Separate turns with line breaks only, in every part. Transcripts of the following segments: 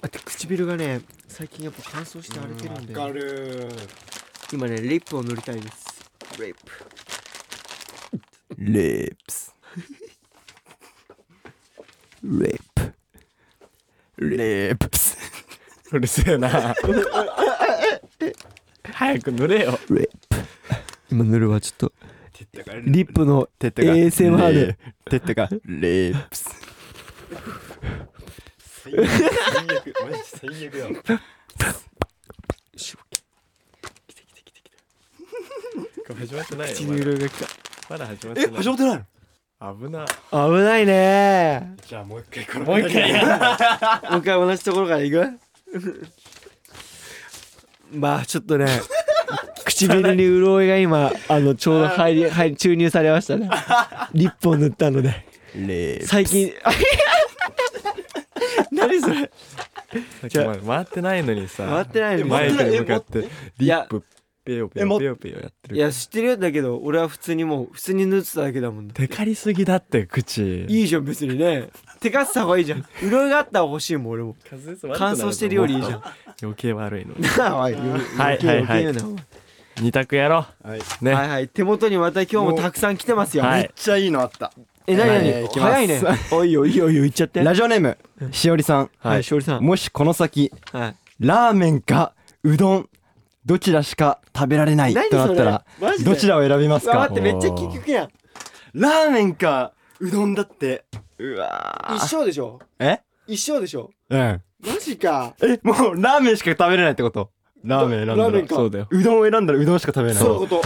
あと唇がね最近やっぱ乾燥して荒れてるんで、
わかる
今ねリップを塗りたいですリップ
レープス。レープ。レープス。
うるせえな早く塗れよ
レープ。今塗るわ、ちょっと。リップの
てってが
ASMR で。
てってが
レープス。
最悪マジ最悪だもんこれ始まってないよ
唇がきた
まだまだ始まってない
まってないの
危な
危ないね
じゃあもう一回 これもう一回
ーもう一回同じところから行くまあちょっと ね唇に潤いが今あのちょうど入り入り注入されましたねリップを塗ったので
レープス。
最近 何それじゃあ
回ってないのにさ
回ってないのに
マイクに向かって
い
リ
や
ップペヨペヨペヨペヨやって
い
る
や知ってるよだけど俺は普通にもう普通に塗ってただけだもんね
テカりすぎだって口
いいじゃん別にね手かすた方がいいじゃん潤いがあったら欲しいもん俺も
乾
乾燥してるよりいいじゃ ん
余計悪いの
はい
はいはいはい
余計よ
二択やろ
はい。めっ
うね、
なはいはい手元にまた今日もたくさん来てますよ、
はい
ちゃいいのあった。
えなになに、
はい行きます
早いねおいよいいよいいよ言っちゃって
ラジオネーム、しおりさん。
はいしおりさん
もしこの先、
はい
ラーメンかうどん、どちらしか食べられない
何
となったら、
それマジで
どちらを選びます
うわ
か
待ってめっちゃ結局やん
ラーメンかうどんだって。うわ
一生でしょ
え
一生でしょ
うん。
マジか
え、もうラーメンしか食べれないってことラーメン選んだら。
ラーメンか
そうだよ
うどんを選んだらうどんしか食べれない。
そういうこ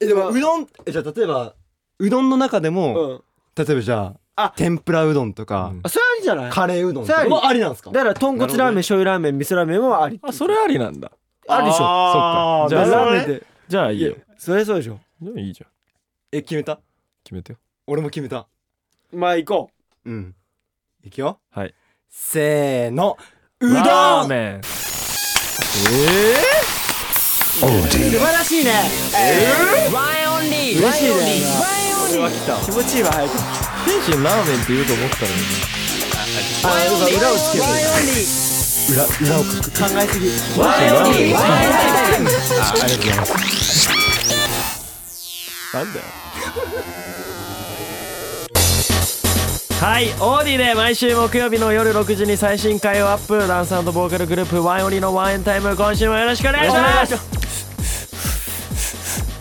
え、でもうどん、えじゃあ例えば、うどんの中で
と
も、
うん
例えばじゃ
あ
あ、天ぷらうどんとか、
うん
あそれありじゃないだ
カレーうどんと
そ
か
れ
もありなんですか
から豚骨ラーメン醤油ラーメン味噌ラーメンもあり
あそれありなんだ
あるでしょ
あー
そっかじゃあ
なるほどね
で
じゃあいいよ
それそうでしょ
でもいいじゃん
え、決めた
決めてよ
俺も決めた。
まあ行こ
うん。いくよ。
はい
せーの。うどん
ラーメン
う素晴らしいねえー、ワンオンリー嬉しいね
俺は来た。
気持ちいいわ早く
天津ラーメンって言うと思ったらね
あー今裏をつける
裏、裏をかく。
考えすぎ
なんだよはいオーディで毎週木曜日の夜6時に最新回をアップダンスボーカルグループワンオリのワンエンタイム今週もよろしくお願いします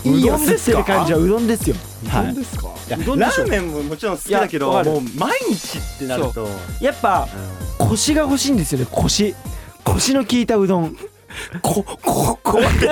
いいよ
うどんですか
吸ってる感じはうどんですよ
はい。
うどんで
ラ
しょ
ーメンももちろん好きだけ
いやわ
ど、
かる
もう毎日ってなると、
やっぱコシが欲しいんですよねコシコシの効いたうど ん
こ、こ、こって。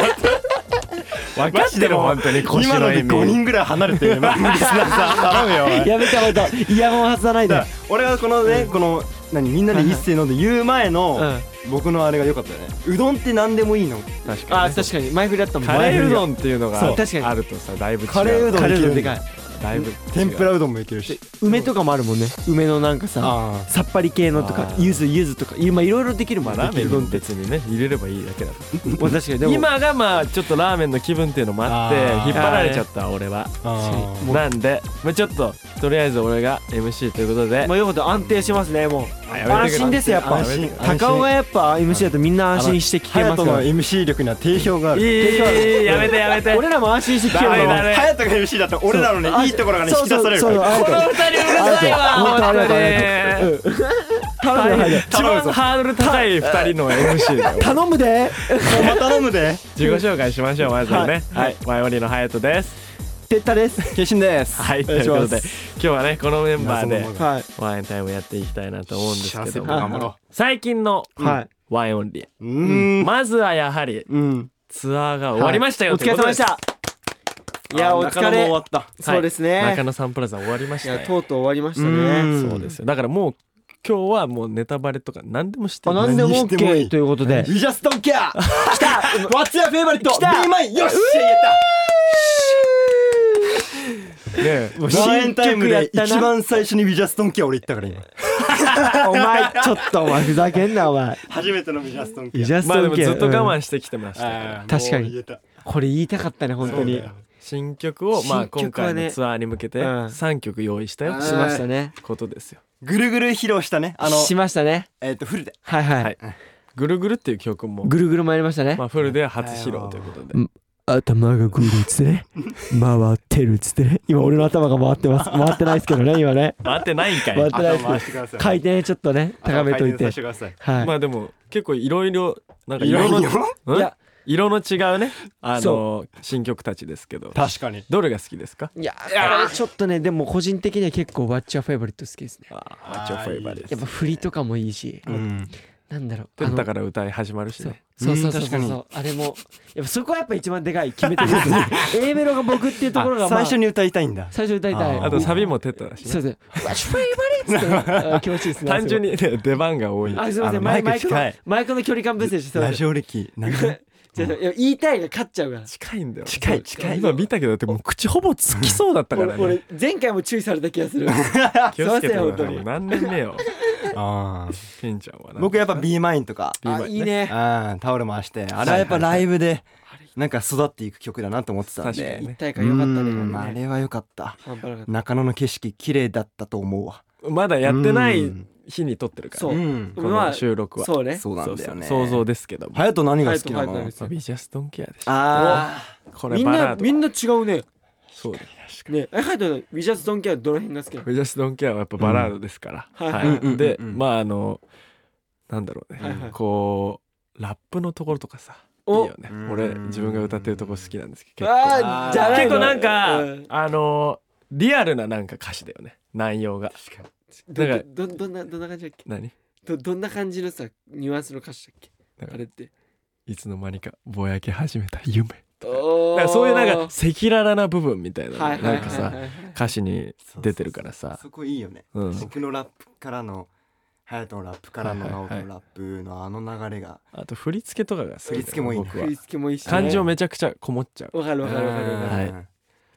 分かってる本当に腰
今の
の意
で
味
5人ぐらい離れてるね。マジでリスナーさん頼むよ。おい
やめたまたイヤホン外さないで
だから俺はこのね、この、何、みんなで一斉ので言う前
うん
の、
あ
僕のあれが良かったよね。うどんって何でもいいの。
確かにね
確かに前振りだったもん
カレーうど
ん
んっていうのが
そう確かに
あるとさだいぶ違う
カレーうどん
カ
い
レー
け
うどん
る
で
ん
かい
だ。
だいぶ違う
天ぷらうどんもいける
で
し。
梅とかもあるもんね梅のなんかさ
あ
さっぱり系のとか
あー
ゆずゆずとか今いろいろできるも
ま
ん
あ
ね
ラーメンうどん
で
別にね入れればいいだけだか
きるもん確かにで
ら
も
今がまあちょっとラーメンの気分っていうのもあって
あー
引っ張られちゃった俺は
あ。あー
なんでまあちょっととりあえず俺が MC ということ で
まあよほど安定してますねもう
あやめてください
安心ですやっぱ
安心安心
高尾がやっぱ MC だとみんな安心して聞けます
隼人
か
の
ら
MC 力には定評があ
い
る
い。いいいいやめてやめて
俺らも安心して聞け
ダ
る
メ
の
ダメ
隼人が MC だったら俺らのねいいところがね引き出される
そ
か
うそう
ら
そう
この二人うるさいわ
本当ありがとうあり
本
がとう頼む
当
で
に一番ハードル高い二人の MC だよ
頼むで
お前頼むで
自己紹介しましょうまずはねはいワイオリのハヤトです
てったです
決心です
はい
お
とい
願いうし
こと
ま
です今日はねこのメンバーで
謎の
はい
ワインタイムやっていきたいなと思うんですけ
幸せ
ど
も
も
頑張ろ
最近の
はい
ワインオンリ
ううん
ーまずはやはり
うん
ツアーが終わりましたよ
お疲れ様でしたいやお疲れ
った
そうです
中
ね
野サンプラザ終わりまし
い
た
や
よ
とうとう終わりました
うん
ね
そうですよだからもう今日はもうネタバレとか何でもして
あ
る
何でも OK ということで
We just don't care
来た
What's your favorite?
来た
Be mine よっし
ね
ゃ言えたワインタイム
新曲
で
やったな
一番最初に We just don't care 俺言ったから 今
お前ちょっとお前ふざけんなお前
初めての We just don't
ジャス
まあで
トン
も
ケ
ずっと我
うん
慢してきてましたから
確かに
言えた
これ言いたかったね本当に
そうだよ
新曲をまあ
新
今
曲はね
回のツアーに向けて
うん
3曲用意したよ
あ
と
ー
しましたね
いうことですよ
ぐるぐる披露したねあの
しましたね
えっ、とフルで
はいはい、
はいぐるぐるっていう曲も、
ぐるぐる回りましたね、
まあ、フルで初披露ということで
うん頭がぐるっつってね回ってるっつってね今俺の頭が回ってます回ってないですけどね今ね
回ってないんかい、
回ってない
頭
ですけど
回してください
回転ちょっとね高めとい
頭
て
回転させください
はい、
まあでも結構いろいろなんか
い
色
ろ
の
いろ
うん
いや
色の違うねあの
そ
新曲たちですけど
確かに
どれが好きですか
いやこれちょっとねでも個人的には結構「What's Your Favorite」好きですね
あー What's your
あーいい
favorite
やっぱ振りとかもいいし、
うん
なんだろうあの
歌から歌い始まるし
そう
ね
そうそう
うん
そう
確かに
そうあれもやっぱそこはやっぱ一番でかい決め手ですね A メロが僕っていうところが、まあ、
最初に歌いたいんだ
最初歌いたい
あ
あとサビも出たしね
そうです「What's Your Favorite」ってねあ気持ちいいですね
単純にね出番が多い
あすいませ
あの
んマイマ
マイ
イ
ク
クの
近い
マイクの距離感分析して
ラジオ歴 長い
違う違ういや言いたいが勝っちゃうから
近いんだよ
近い近い
今見たけどだってもう口ほぼつきそうだったから
俺
ね
俺前回も注意された気がす る
気をつけて
すいません
よ
本当に
何年目よ
あー
ケンちゃんはな
僕やっぱ B マインとか
あいいね
あータオル回してあれはやっぱライブでなんか育っていく曲だなと思ってたん
確か
で
に
一体感良かったね
うん
今
あ
ね
れは良かった
半端なかった
中野の景色綺麗だったと思うわ
まだやってない日に撮ってるから
そう
ね
ん
この収録は
そうね
そうなんだよね
想像ですけども
隼人何が好きな
隼人隼人
の
です
ビジャストンケアです
あ
こ
み
れ
ん
バラ
な
ード
みんな違うね
そうです
ねえハイトのウィジャスドンケアどの辺が好きなの
ビジャストンケアはやっぱバラードですから
うん
は
はい
はい
いで
うんうんうん
まああのなんだろうね
はいはい
こうラップのところとかさいい
お
よね俺自分が歌ってるとこ好きなんですけど結構
あーじゃない
結
の
構なんか、
うん
あのリアルななんか歌詞だよね内容が
ど
なんか
どどんなどんな感じだっけ
何
どどんな感じのさニュアンスの歌詞だっけ
なんか
あれって
いつの間にかぼやけ始めた夢
お
だ
ー
からそういうなんか赤裸々な部分みたいなのが
はいはい
な
は
ん
い
か
はい
さ
はい
歌詞に出てるから
あ
さ
そこいいよね
うん
僕のラップからの隼人のラップからの
はいはいはい
直人のラップのあの流れが
あと振り付けとかが好きだよ
振り付けもいいね
僕は
振り付けもいいしね
感情めちゃくちゃこもっちゃう
わかるわかるわかるわか
は
る
い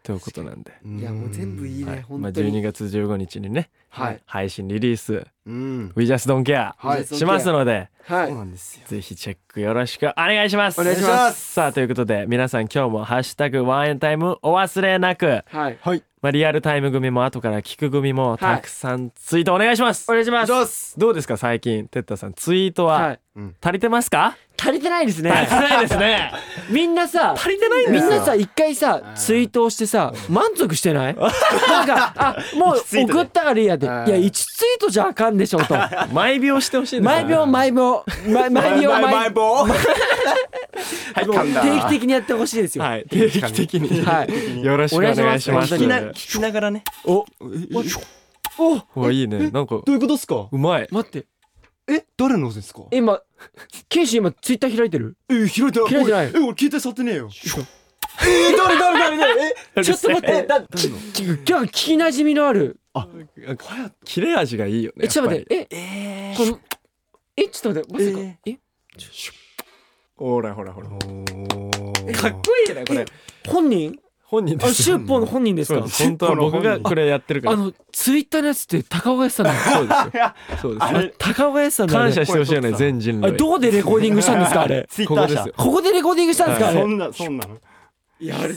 ということなんで、
い
いやもう全部いいね
はいまあ、
本当に
12月15日にね、
はい
配信リリース
うん
「We Just Don't Care」
はい
しますので
は
そ
いう
なんですよ
ぜひチェックよろしくお願いします
お願いします
さあということで皆さん今日も「ハッシュタグワンエンタイム」お忘れなく、
はい
はい
まあ、リアルタイム組も後から聞く組もたくさんツイートお願いします、
お願いします
どうですか最近テッタさんツイート
は
はい足りてますか、
足りてないですね
足りてないですね
みんなさ
足りてないんで
み
す
ん
よ
なさ一回さツイートをしてさ満足してない なんかあもう
ツイートで
送ったからいいやでいや1ツイートじゃあかんでしょ と
毎秒してほしいんですよね
毎秒毎秒 毎毎秒
マ
毎
イボーはい噛んだ
定期的にやってほしいですよ
はい定期的に
はい
よろしくお願いします
お願いします
聞きな聞きながらね
お
お
おいいねなんか
どういうことですか
うまい
待って
え誰のですか
今ケイシー今ツイッター開いてる
え開いて
開いてない
おえ俺携帯触ってねえよえー誰誰 誰誰え
ちょっと待って
だ
ちち今日聞きなじみのある
なんか切れ味がいいよね
えちょっと
や
待
ぱ
っ
り
てえ
え
このえちょっと待ってまさかえ
ほらほらほら
ー
かっこいいねこれ
本人
本人
あ
です
シューポンの本人です
そう
か
です本当は僕がこれやってるか
あ
ら
のツイッターのやつって高岡康さんなの
そうですよそうです
あ
よ
れ
高岡康さんだね
感謝してほしいよね全人
あ
類
れどこでレコーディングしたんですかあれ
ツイッ
こ
タ
こ
ー
で
社
すよ
ここでレコーディングしたんですかあれ
そんなそんなの
いやあれ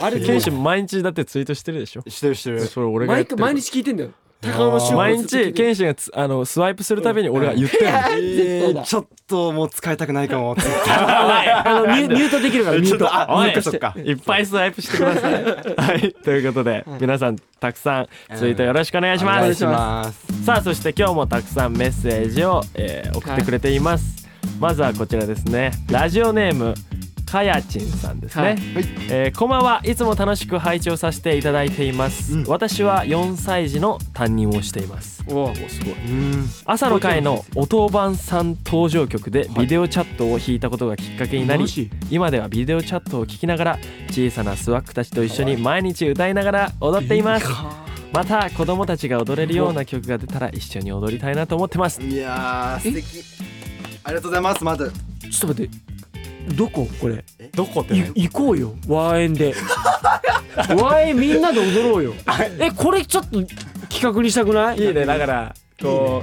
あれ
ケンシン毎日だってツイートしてるでしょ
してるしてる
それ俺がや
毎
って
回
るから
毎日聞いてんだよ高岡修
毎日ケンシンがつあのスワイプするたびに俺は言ってるの
うん
え
絶対
ー
だ
ちょっともう使いたくないか も
あのミュミュートできるからミュート
あ
おい
そっかそっか
いっぱいスワイプしてくださいはいということで皆さんたくさんツイートよろしくお願いし
お
ま
願
す
いします
さあそして今日もたくさんメッセージを、えー送ってくれています、まずはこちらですねラジオネームかやちんさんですね、
はい
えーこんばんはいつも楽しく拝聴させていただいています、
うん
私は4歳児の担任をしています
おう
すごい
うん
朝の会のお当番さん登場曲でビデオチャットを弾いたことがきっかけになり、今ではビデオチャットを聞きながら小さなスワックたちと一緒に毎日歌いながら踊っていますまた子供たちが踊れるような曲が出たら一緒に踊りたいなと思ってます
いやー素敵ありがとうございますまず
ちょっと待ってどここれ
どこって
い行こうよワーエンで ワーエンみんなで踊ろうよえこれちょっと企画にしたくない
いいねだからこ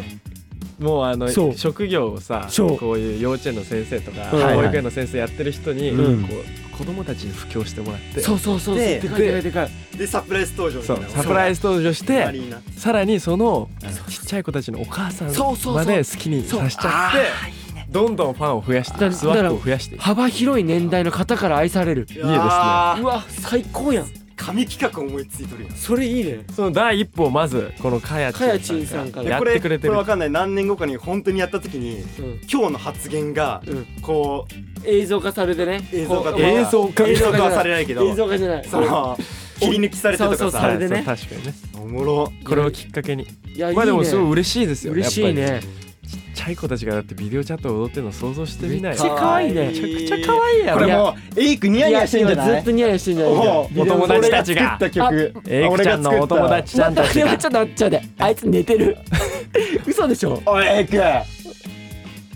うもうあの
そう
職業をさ
そう
こういう幼稚園の先生とか
はい
保育園の先生やってる人に
うん
こう子供たちに布教してもらって
うそうそ
で
かいでかい
でかい
でサプライズ登場みた
そ
いうな
サプライズ登場し
ア
て
リーナ
さらにそのちっちゃい子たちのお母さん
そうそうそう
まで好きにさせちゃってどんどんファンを増やして
だ
スワックを増やしていく
幅広い年代の方から愛される
い
や
うわ最高やん
神企画思いついとるやん
それいいね
その第一歩をまずこのかや
かやち
ち
ん
ん
さ
さ
ん
ん
か
かららやってくれ
こ
て
れ
る
わかんない何年後かに本当にやった時に
うん
今日の発言が
うん
こう
映像化されてね
映像化
こ
と
う
か
映像化
映像化はされないけど
映像化じゃない
その切り抜きされてと
そう
か
そうそれ
さ
でね
はいそう確かにね
おもろ
これをきっかけに
いやいいね
まあでもすごい嬉しいですよね
嬉しい
やっぱ
ね
りちっちゃい子たちがだってビデオチャットを踊ってるの想像してみない
めっちゃ可愛いね
めちゃくちゃ可愛いや
こ
ろ
れもうエイクニヤニヤしてんじゃ
や
な
今ずっ
い
とニヤニヤしてんじゃない
おう
お友達たちが
俺作った曲
エイクちゃんのお友達ちゃ
ま
んた
た
ち
れ
が
はちょっとあっちゃうであいつ寝てる 嘘でしょ
おいエイク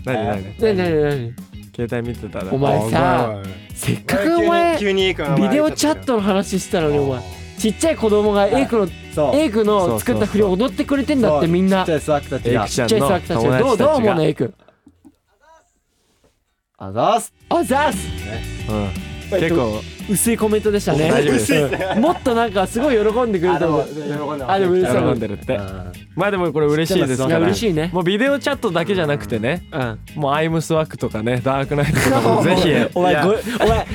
何何
なになになに
携帯見てたら
お前させっかくお前
急にエイクの名前
ビデオチャットの話してたのにお前ちっちゃい子供が A 君の
そう
A 君の作った振りを踊ってくれてんだってみんな
じゃあスワックたち
エイ
が
クちゃん
チェイス
の友
アク
達
タ
た
ー
ち
ちゃんどうどう思う
が
の A 君
あざーす
あざーす
うん結構
薄いコメントでしたね
大丈夫です
うんもっとなんかすごい喜んでくれると思うあでも嬉しい
喜んでるってまあでもこれ嬉しいです
い
か
や
ら
嬉しいね
もうビデオチャットだけじゃなくてねもうアイムスワックとかねダークナイトとか もぜひ
お前ごお前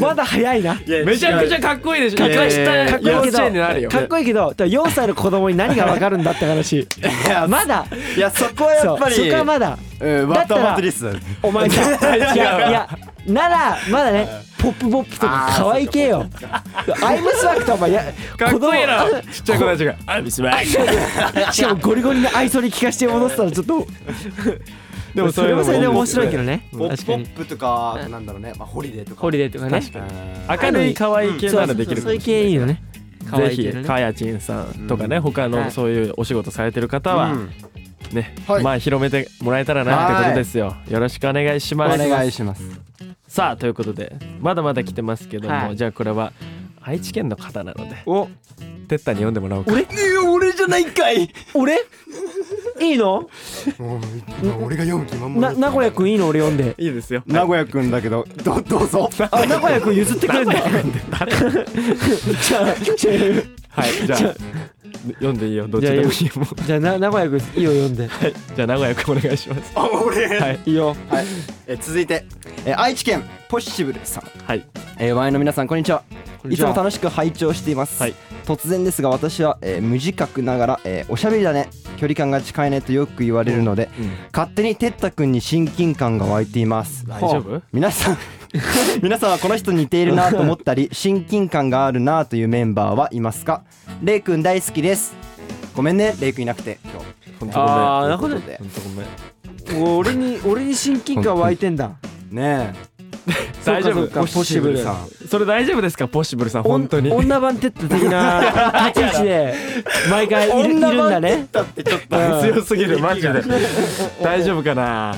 まだ早いな
めちゃくち
ゃ
ゃかっこいいでしょ
かっこいい
かっこいい幼稚園になるよ
かっこいいけど4歳の子供に何が分かるんだって話まだ
いやそこはや
そ
っ
う
ぱり
そこはまだ
うん
だ
バ
っ
ッタ
たら
ーマトリス
お前さいやいやならまだねポップポップとか可愛い系よアイムスワークとお前や
かっこいいな
子
ちっちゃい子たちがアイムスワック
供しかもゴリゴリの愛想に聞かして戻ってたらちょっと
でも
そ
そうい
れ
うの
はそれで面白いけ
ど
どね
ポ
確か
ッ
に
プとかあとなんだろうねまあホリデーとか
ホリデーとかね
デー
明るい可愛い系ならで
そ
きるか
うそうそう
も
いう
しれ
系
ない
いよね可
ぜ
愛い系
ひ
のね
かやちんさんとかね、他
は
の
い
そういうお仕事されてる方はね、
はい
まあ広めてもらえたらなってことですよ、よろしくお願いします
お願いします
さあということでまだまだ来てますけども、
はい
じゃあこれは愛知県の方なので
お
てったに読んでもらおうか
俺
俺じゃないかい
俺いいの
俺が読む気満
な名古屋くんいいの俺読んで
いいですよ
名古屋くんだけどどどう ぞ
あ名古屋くん譲ってくれんだじゃあじゃ
はいじゃあ読んでいいよどっちでもいいよもう
あじゃあな名古屋くんいいよ読んで
じゃあ名古屋くんお願いします
あ俺
はい
いいよ
はいえ続いてえ愛知県ポッシブルさん
はい
えー、ワインの皆さんこんにちは
んに
い
ち
つ
は
も楽しく拝聴しています、
はい
突然ですが私は、えー無自覚ながら、えーおしゃべりだね距離感が近いねとよく言われるので、
うん
勝手にてったくんに親近感が湧いています
大丈夫
皆さん 皆さんはこの人似ているなと思ったり親近感があるなというメンバーはいますかレイくん大好きですごめんねレイくんいなくて今日
本当ごめん
あーなるほど
本当ごめん
俺に俺に親近感湧いてんだ
ね
大丈
そう
夫
かポッシブルさん
それ大丈夫ですかポッシブルさん本当に
おん女版テッド的な立ち位置で毎回いるいるんだね
だってちょっと
うん
強すぎるマジで大丈夫かな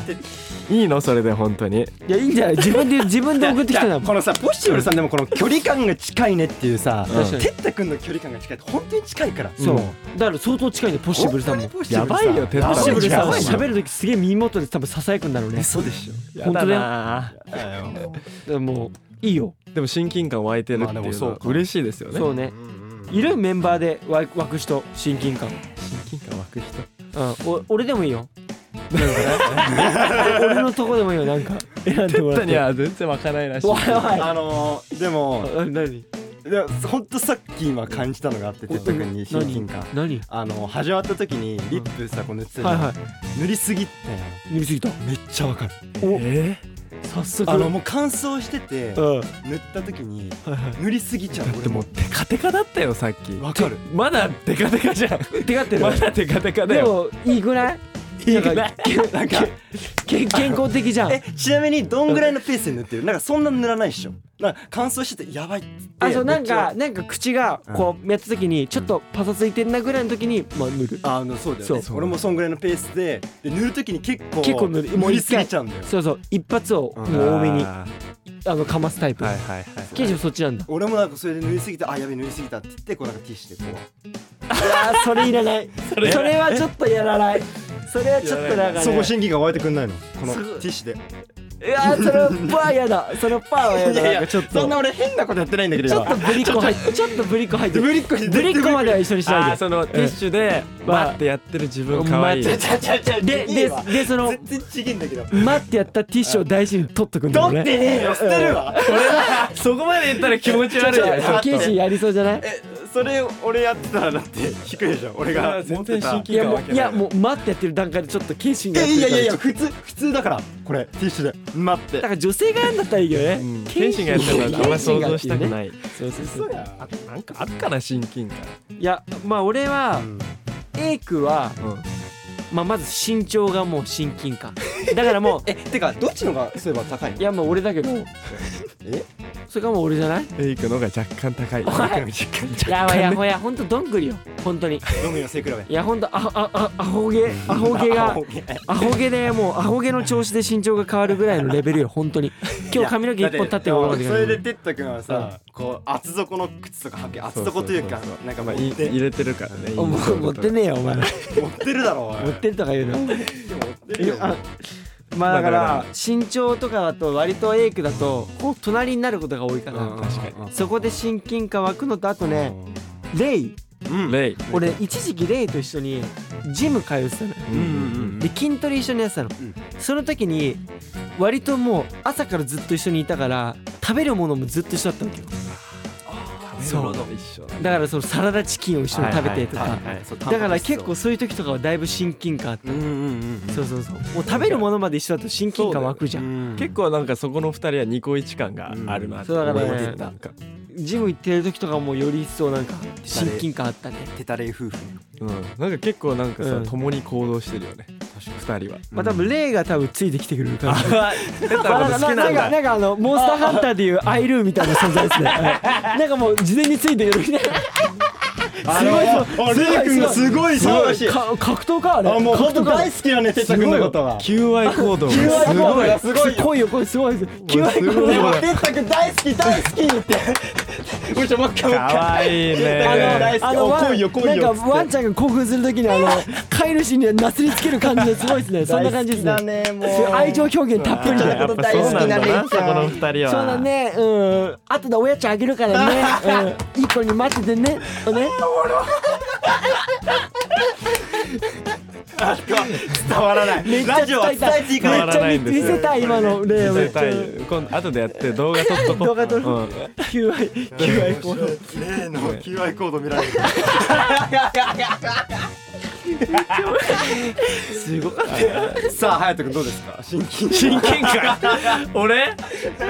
いいのそれで本当に
いやいいんじゃない自分で自分で送ってきたん だもん
このさポッシブルさんでもこの距離感が近いねっていうさ
確かに
てったくんの距離感が近いって本当に近いから
そう
うん
だから相当近いんだよポッシブルさんもポ
ポッシブ
や
ルさ
ば
ん
いよテッ
ッ
ド
シブルさん
や
は
ばいよ
喋る時すげえ耳元で多分ささやくんだろうね
そうでしょ
やだ
本当だよ
な
だからもういいよ
でも親近感湧いてるっていう
まあでも
の
そ
は
うか
嬉しいですよね
そうねいるメンバーで湧く湧く人親近感
親近感湧く人
うんお俺でもいいよなんか俺のとこでもいいよなんか選んでもら
人
っ
に
て
は全然湧かないらしい
おい
あのーでも
おいあ何
でもほんとさっき今感じたのがあっててったくんに親近感
何
あの始まった時にリップさこの塗ってたじゃ
は
ん
いは
塗りすぎって
い塗りすぎた
めっちゃわかる
え
早速
あのもう乾燥してて
うん
塗った時に塗りすぎちゃう俺
でも
も
うテカテカだったよさっき
わかる
まだテカテカじゃん
手がってる
まだテカテカだ
で
よ
もいいぐらい
いいぐらい
なんか
け健康的 じゃん
えちなみにどんぐらいのペースで塗ってるなんかそんな塗らないっしょなんか乾燥しててやばいっつって
あそうな
め
ん
っちゃ
かなんか口がこうやった時にちょっとパサついてんなぐらいの時にまあ塗る
あのそうだよね
そ
俺もそんぐらいのペースでで塗る時に結構
結構塗る
りすぎちゃうんだよ
そうそう一発をもう多めに
あー
あのかますタイプ、
はいはいはい
ケイジもそっちなんだ
俺もなんかそれで塗りすぎたあやべえ塗りすぎたって言ってこうなんかティッシュでこう
あそれいらないそれはちょっとやらないそれはちょっとなんか、ね、
そこ親近感湧いてくんないのこのテ
す
ィ
ごい
ッシュで
うわーそのパーやだそのパーはやだなんかちょっと
そんな俺変なことやってないんだけど
ちょ
今
っとブリッコ入ってちょっとブリッコ入って
ブリッコに
ブリッコまでは一緒にし
あ
な
ー
いで
そのティッシュでバってやってる自分かわいい
まあ
ちゃちゃちゃ
でででその
全然ちげんだけど
待ってやったティッシュを大事に取っとくんだよね
取ってねえよ捨てるわ
そこまで言ったら気持ち悪いじゃない
ちょケイジやりそうじゃない
えそれ俺やってたらだって低いでしょ俺が
全然親
い
近
や
感
も
わ
ういやもう待ってやってる段階でちょっとケイジに
え
やって
い
る
や
か
い
ら
やいや普通普通だからこれティッシュで待って
だから女性がやんだったらいいよね
謙信がやってるのはあんま想像したく
い
ない
そうそうそう
あなんかあるかな親近感
いやまあ俺は A 君はまあまず身長がもう親近感だから もう
えてかどっちのがそういえば高いの
いやもう俺だけど
え
それがもう俺じ ゃない
エイクの方が若干高いエイクの方が若
い
干
やいやほやほんとどんぐりよほんとに
飲むよ背比べ
いやほんとあああアホ毛 アホ毛がアホ毛でもうアホ毛の調子で身長が変わるぐらいのレベルよほんとに今日髪の毛一本立ってここまで
それでテッド君はさこう厚底の靴とか履け厚底というかなんかま
まあ
あ
い入れてるからね
お前持ってねえよお前持
持ってるだろおい
ってるとか言うの
持ってるよ
あまあだか
まあ
ら身長とかだと割と A 区だとこう隣になることが多いか
うん
ら
確か
そこで親近感湧くのとあとねレイ
にレイ
俺一時期レイと一緒にジム通ってたのよ
うんうん
で筋トレ一緒にやってたの
ん
その時に割ともう朝からずっと一緒にいたから食べるものもずっと一緒だったわけよそう
なるほど一緒
だからそのサラダチキンを一緒に食べてと
はいは
か
いはいそう
だから結構そういう時とかはだいぶ親近感あった
うんうんうん
そうそうそうもう食べるものまで一緒だと親近感湧くじゃん
結構なんかそこの二人はニコイチ感があるなって
そうだからね
思ってたなんか
ジム行ってる時とかもより一層なんか親近感あったね
手たれ夫婦
うんなんか結構なんか
う
さ
ん
共に行動してるよね二人は
まあ多分レイが多分ついてきてくれる感じ
出た
まあなんかなんかなんかあのモンスターハンターでいうアイルーみたいな存在 ですねはいなんかもう事前についてるみたいな
あのあレイ君がすごい騒がしい
か格闘家あれ
あもう
格
本当
闘家
大好きだねテッド君のことは
求愛行動がす
すごい
すごい
すごいよこれすごいです9割
すごい
こ
わテッド君大好き大好きってもうちょもう一回もう一
か
回
わいい
れ
あの
ね
大好きお
わ
来いよ来いよ
なん
つっ
か
て
ワンちゃんが興奮するときにあ の飼い主になすりつける感じですごいですねそんな感じです
大好
ね
きだねも
そういう
う
愛情表現たっぷりで
あ
そ
ー
う
やっぱそうなんだなそこの二人は
だ ねうん後でおやつあげるから ね、うん、いい子に待っててねね
伝わらないラジオは伝えていかない
伝わらないんですよ
めっちゃ見せたい今の例を
見せたい今度後でやって動画撮っとこう
動画撮る
うん
求愛求愛行動
例の QI コード見られる
さあ隼人君どうですか親近
親近感 俺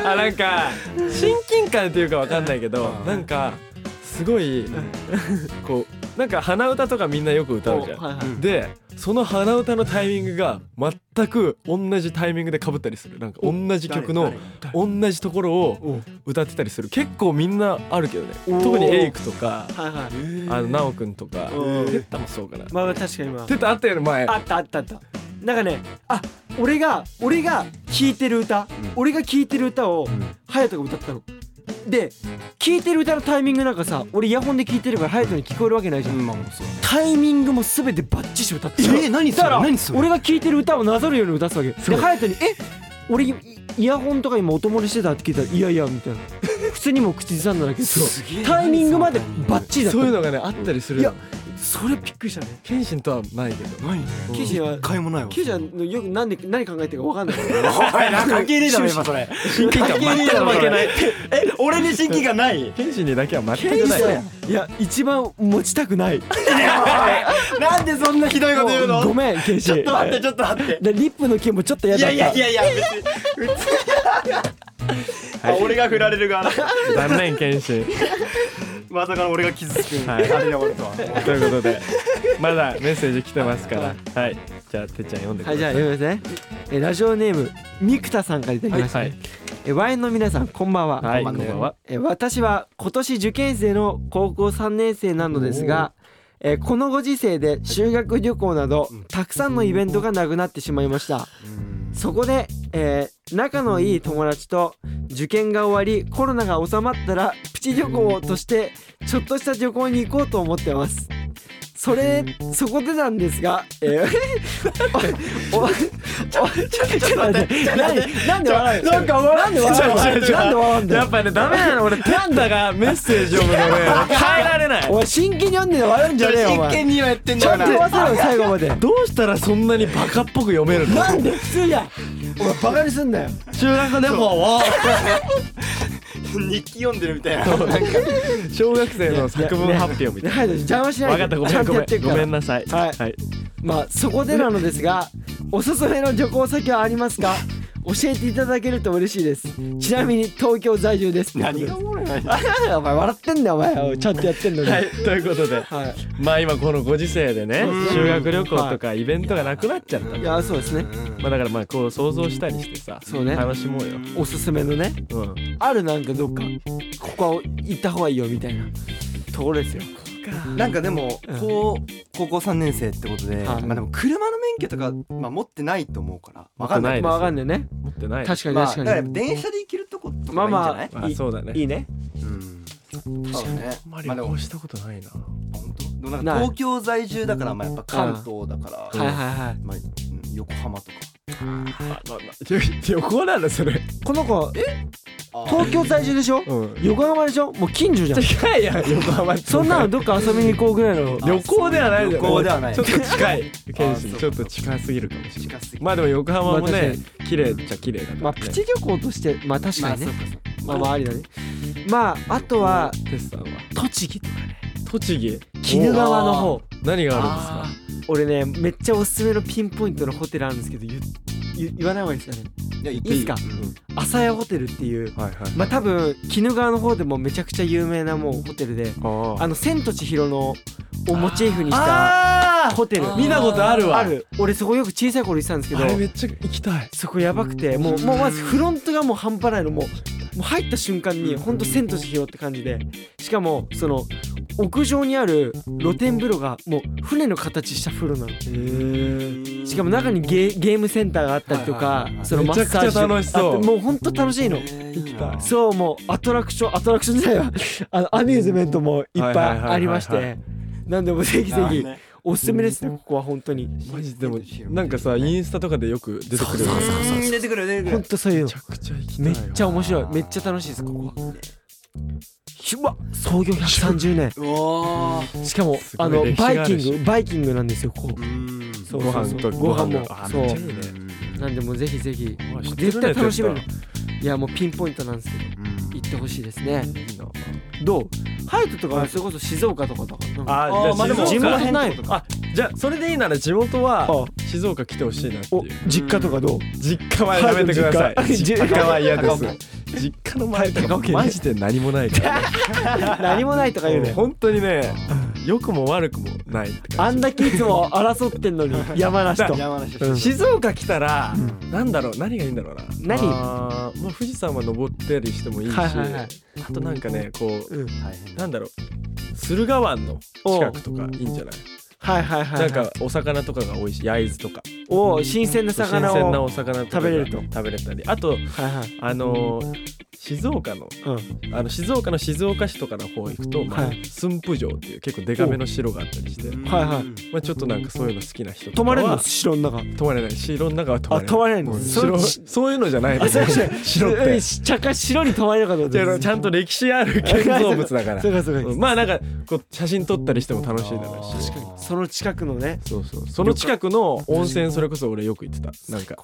あなんか親近感っていうかわかんないけどなんかすごいこうなんか鼻歌とかみんなよく歌うじゃん、
はいはい
でその鼻歌のタイミングが全く同じタイミングで被ったりするなんか同じ曲の同じところを歌ってたりする結構みんなあるけどね特にエイクとか
はいはい
あの奈くんとか
うん
テッタもそうかな
まあ確かにまあ
テッタあったよね前
あったあったあったなんかねあ俺が俺が聴いてる歌、俺が聴いてる歌を隼人、が歌ったので聴いてる歌のタイミングなんかさ俺イヤホンで聴いてるから隼人に聞こえるわけないじゃん、
まあもうそう
タイミングも全てバッチシ歌ってた
え何それ
だから
何それ
俺が聴いてる歌をなぞるように歌ってたわけで隼人に「え俺いイヤホンとか今音漏れしてた?」って聞いたら「いやいや」み たいな普通にもう口ずさんだだけどタイミングまでバッチリだった
そういうのがねあったりす
い
る
やそれびっくりしたね
謙信とはないけど
何
ケイジは
買いもないわ
ケイジはよく何で何考えてるか分かんない
おいなんか関係ねえだろ今それ親近感全く負けないえ俺に親近感ない
謙信にだけは全
い
くない
や一番持ちたくない
なんでそんなひどいこと言うの
ごめんケイジ
ちょっと待ってちょっと待って
でリップの件もちょっと嫌
い
だっ
や
た
いやいやいや別にあ俺が振られる側だ
残念謙信
まさかの俺が傷つく
はい
あれだ俺とは
ということでまだメッセージ来てますからはいじゃあてっちゃん読んでくだ
はい
さい
じゃあ読みますねえラジオネームミクタさんからいただきました、
はい
えワインの皆さんこんばんは、
はい
こ
こ
ん
ん
ばんは
ばんは
え私は今年受験生の高校3年生なのですがえこのご時世で修学旅行などたくさんのイベントがなくなってしまいましたそこで、えー仲のいい友達と受験が終わりコロナが収まったらプチ旅行としてちょっとした旅行に行こうと思ってますそれそこでなんですが、え ー、おおおちょっと待ってなんで笑うなんか笑うんで笑う
ちょちょちょ
なんで笑うんだ
や
よ
っぱねダメなの俺テンタがメッセージ読むのね変えられない
お前真剣に読んで笑うんじゃねえよお前
にはやってん
ちゃんと読ませろよ最後まで
どうしたらそんなにバカっぽく読めるの
なんで普通じゃんお前バカにすんなよ
修学旅行を
日記読んでるみたいななんか
小学生の作文発表みたい
はい邪魔しな
ない分
で
か
ちゃん
ったごめん
と
ご
や
め
って
ん
る
ご
から
めんなさい
はい
はい
まあそこでなのですがおすすめの旅行先はありますか教えていただけると嬉しいですちなみに東京在住です
何がおもろいの
お前笑ってんだよお前ちゃんとやってんのに
はいということで
は
まあ今このご時世でね
うん
修学旅行とかイベントがなくなっちゃった
いい
ま
やそうですね
あだからまあこう想像したりしてさ
そうね
楽しもうよ
おすすめのね
うん
あるなんかどっかここは行った方がいいよみたいなところですよ
なんかでも
うん
高高校3年生ってことで、
はい
まあでも車の免許とか、まあ、持ってないと思うからわかんない
い
まあわかんないね
持ってない
確かに
まあ、
確
だ
か
からやっ
に
ぱ電車で行けるとこと
ま
か
あ
いいんじ
まあ
ゃない、
あそうだね
いいね
うんそうね
あんまり
まあで
旅
も
行したことないな
本当でもなん
な
か
い
東京在住だからまあやっぱ関東だから、
はいはいはい
まあうん横浜とか
あまあ まあ旅行なんだそれ
この子
東
東京在住でしょ
うん
横浜でしょもう近所じゃん
近いやん横浜
そんなのどっか遊びに行こうぐ らいの
旅行ではないんだよね
旅行ではない
ちょっと 近い剣
あ
心
そう
ちょっと近すぎるかもしれない
近すぎる
まあでも横浜も
まあ
ね
確
綺麗っちゃ綺麗だからね
まあプチ旅行としてまあ確かにね
まあそうかそう
まあまあありだねまああとは
テスさんは
栃木とかね
栃木
鬼怒川の方
何があ
あ
るんです
俺ねめっちゃおすすめのピンポイントのホテルあるんですけど言言言わない方がいいですかね
いや行
いいっすか朝屋ホテルっていう
かはいはい
まあ多分鬼怒川の方でもめちゃくちゃ有名なもうホテルで
あ
あの「千と千尋の」をモチーフにした
あ
ホテル
ー見たことあるわ
ある俺そこよく小さい頃行ってたんですけど
あれめっちゃ行きたい
そこやばくてもうもうまずフロントがもう半端ないのもうもう入った瞬間にほんと千と千尋って感じでしかもその屋上にある露天風呂がもう船の形した風呂なのしかも中にゲーゲームセンターがあったりと
はい
か
はいはい
その
め
マ
ち
ッ
ゃくち
サ
ゃ
ージ
楽しそう
あってもうほんと楽しいの
行き
たい
そうもうアトラクションアトラクションじゃないわあのアミューズメントもいっぱいありまし
はいはいは
てなんでもぜひぜひおすすめですねここは本当に
マジでもなんかさインスタとかでよく出てくるめ
出てくる出てく
本
る
当そういうの
ちゃくちゃ行きたい
め
わ
っちゃ面白いめっちゃ楽しいですここはひうわ創業130年
うわー
しかも
すごい
あの
歴史が
バ
ある
イ
し
キングバイキングなんですよここ
うん
そう
ご
そ
飯
うそ
と
うご飯も
あ
そ
めっちゃいういね
なんでもうぜひぜひ
あ知って
絶
るね
対楽しめる
テ
いやもうピンポイントなんですけど行ってほしいですね
いいな
どうハヤトとかはそれこそ静岡とかだからなんか
あーじゃあ
まあでも
地
静岡
元ない
あじゃあそれでいいなら地元は静岡来てほしいなって
お
いう
実家とかどう
実家はやめてください
はい実
実
家
家は嫌です実家の前と
高
か
岡ね
マジで何もないから
何もないとか言うね
本当にね良くも悪くもないって
あ
感
んだけいつも争ってんのに山梨と
山梨
じ静岡来たらなんだろう何がいいんだろうな
何
あーまあ富士山は登ったりしてもいいし
はいはいはい
あとなんかねこう
うん
大変
なんだろう駿河湾の近くとかいいんじゃない
はいはいはいは
ないんかお魚とかが美味しい焼津とか
お新鮮な
新
魚
鮮な
を
お魚とか
食べれると
食べれたりあと
はいはい
あのー静岡の
うん
あの静岡の静岡市とかの方行くと、まあ
はい
駿府城っていう結構デカめの城があったりして、
はいはい
まあ、ちょっとなんかそういうの好きな人と
泊
か
ま
は
れるの城の中
泊まれない城の中は泊ま
あ
れない
泊まれないん
うん
ですそれ
城そういうのじゃないの
あそうじゃ
城っ
う
て
んしちゃか白に泊まれなかった
じゃあちゃんと歴史ある建造物だから
そうかそうか
うんまあなんかこう写真撮ったりしても楽しいだろうし
確かに
その近くのね
そうそうその近くの温泉それこそ俺よく行ってたなんか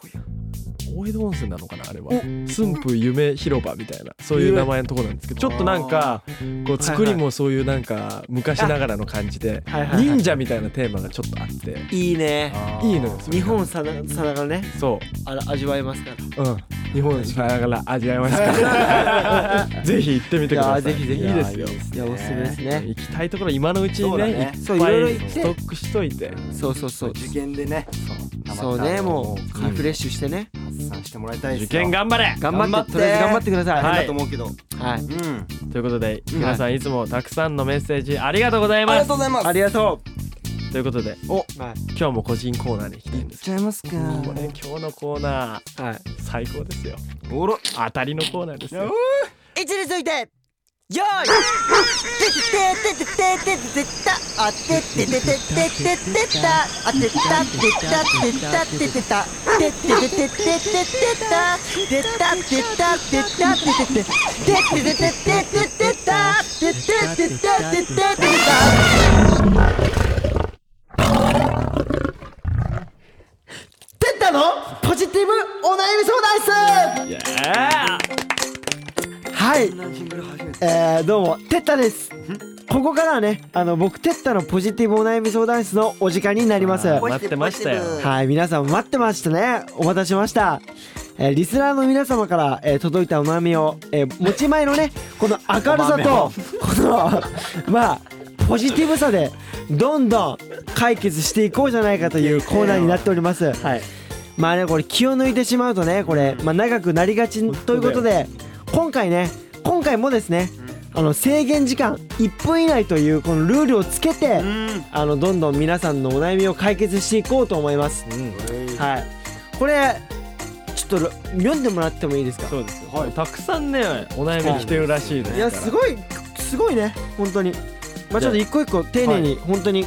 大江戸温泉なのかなあれは
お
駿府夢広場みたいなそういう名前のとこなんですけどちょっとなんかこう作りもそういうなんか昔ながらの感じで
はいはいはい
忍者みたいなテーマがちょっとあって
いいね
いいのよそれ
日本さなさながらね
そ
あら味わえますから
ううん日本さながら味わえますからぜひ行ってみてくださ
いやー
い
ぜひぜひ
いいですよ
いやおすすめですね
行きたいところ今のうちに
そうだ
ね
ね
いっ
そうい
ぱ
ろい
い
ろ行って
ストックしといて
そうそうそう
受験でねそ
そ
う
うねもうリフレッシュしてね
発散してもらいたいです
受
よ
験頑張れ
頑張ってとりあえず頑張ってください
大変
は
だと思うけどう
いはい
ん
ということで皆さんいつもたくさんのメッセージありがとうござい
あり
ま
が
す
とうございます
ありがとう
ということで
は
今日も個人コーナーに行きたいんです
ちゃいますか
これ今日のコーナー
いはい
最高ですよ
おろ
当たりのコーナーですよ
一列置いてよーいててててててててたあてててててててたあてたてたてたててたてててててててたてたてたてたてててててててててたてててててててたてたのポジティブお悩み相談室
いやー
はい
め
えー、どうもテッタですここからはねあの僕テッタのポジティブお悩み相談室のお時間になります
あー待ってましたよ
はい皆さん待ってましたねお待たせしました、えーリスナーの皆様から、えー届いたお悩みを、えー持ち前のねこの明るさとこの まあポジティブさでどんどん解決していこうじゃないかというコーナーになっております
はい
まあねこれ気を抜いてしまうとねこれ、まあ、長くなりがちということで今回ね今回もですねあの制限時間1分以内というこのルールをつけてあのどんどん皆さんのお悩みを解決していこうと思います、はいこれちょっと読んでもらってもいいですか
そうですよ、たくさんねお悩み来てるらしいです
いやす
い
ごいすごいね本当にまあちょっと一個一個丁寧に本当に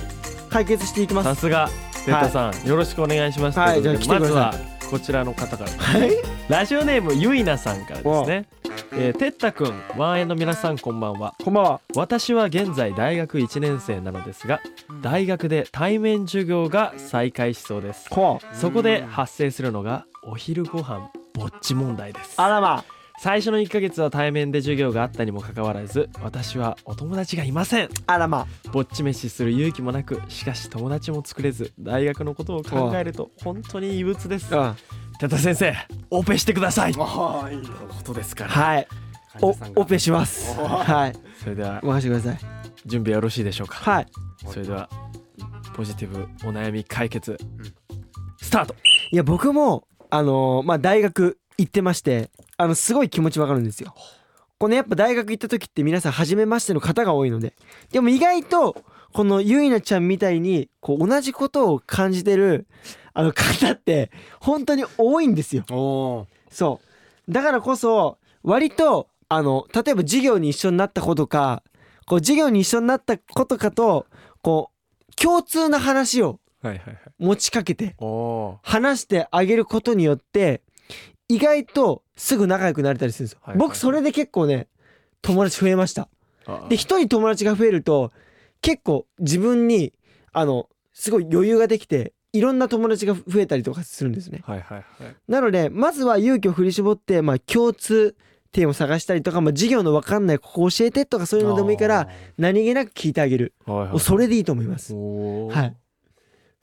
解決していきます
さすが瀬田さん、よろしくお願いします
はい
とうことで
じゃあ
まずはこちらの方から
はい
ラジオネームゆいなさんからですねえー、てったくんワンエンの皆さんこんばんは
こんばんは
私は現在大学1年生なのですが大学で対面授業が再開しそうです
こん
そこで発生するのがお昼ご飯ぼっち問題です
あらま
最初の1ヶ月は対面で授業があったにもかかわらず私はお友達がいません
あらま
ぼっち飯する勇気もなくしかし友達も作れず大学のことを考えると本当に憂鬱です
うん
田田先生オペしてください
あいい
ことですから
はいお
患者さんが
オペしますはい
それでは
任せてください
準備よろしいでしょうか
はい
それではポジティブお悩み解決スタート
いや僕もあのーまあ大学行ってましてあのすごい気持ちわかるんですよこのやっぱ大学行った時って皆さん初めましての方が多いのででも意外とこのゆいなちゃんみたいにこう同じことを感じてるあの方って本当に多いんですよ
おー
そうだからこそ割とあの例えば授業に一緒になったことかこう授業に一緒になったことかとこう共通な話を
はいはいはい
持ちかけて
おお
話してあげることによって意外とすぐ仲良くなれたりするんですよ、
はいはいはい
僕それで結構ね友達増えました
ー
で一人友達が増えると結構自分にあのすごい余裕ができていろんな友達が増えたりとかするんですね
はいはいはい
なのでまずは勇気を振り絞って、まあ、共通点を探したりとか、まあ、授業の分かんないここ教えてとかそういうのでもいいから何気なく聞いてあげる
はいはい
もうそれでいいと思います
おー
はい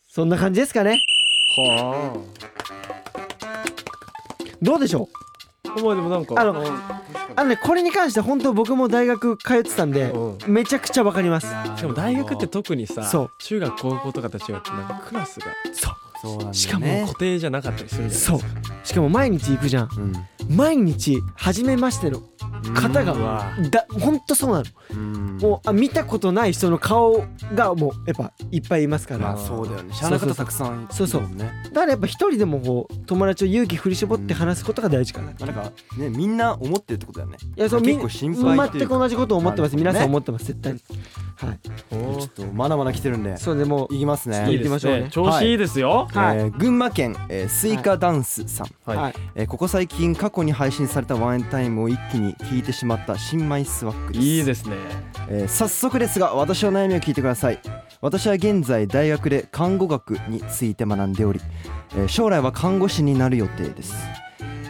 そんな感じですかね
は
どうでしょ
あまあでもなんか
あのうあのねこれに関して本当僕も大学通ってたんで
うん
めちゃくちゃ分かります
でも大学って特にさ
そう
中学高校とかと違ってなんかクラスが
そうなんだよね
しかも
固定じゃなかったりするじゃないです
そ
か
うしかも毎日行くじゃん毎日初めましての方
うわ
がだ本当そうなの
うん
もうあ見たことない人の顔がもうやっぱいっぱいいますか
ま
ら
あそうだよね知らない方たくさんいるもんね
そうそうだからやっぱ一人でもこう友達を勇気振り絞って話すことが大事かな、い
まあなんかねみんな思ってるってことだよね
やそうみ
結
ん
構心配ってい
全
う
く同じことを思ってます、
なるほどね
皆さん思ってます絶対にはい
お
ちょ
ー
っとまだまだ来てるんで
そうでもう
いきますね
い
いい
いで
ですす
ね
ね
調子いいですよ
はい
えー群馬県、えースイカダンスさん、
はい
はい
えーここ最近過去に配信されたワンエンタイムを一気に聞いてしまった新米スワックです
いいですね
えー早速ですが私の悩みを聞いてください私は現在大学で看護学について学んでおり、えー将来は看護師になる予定です、えー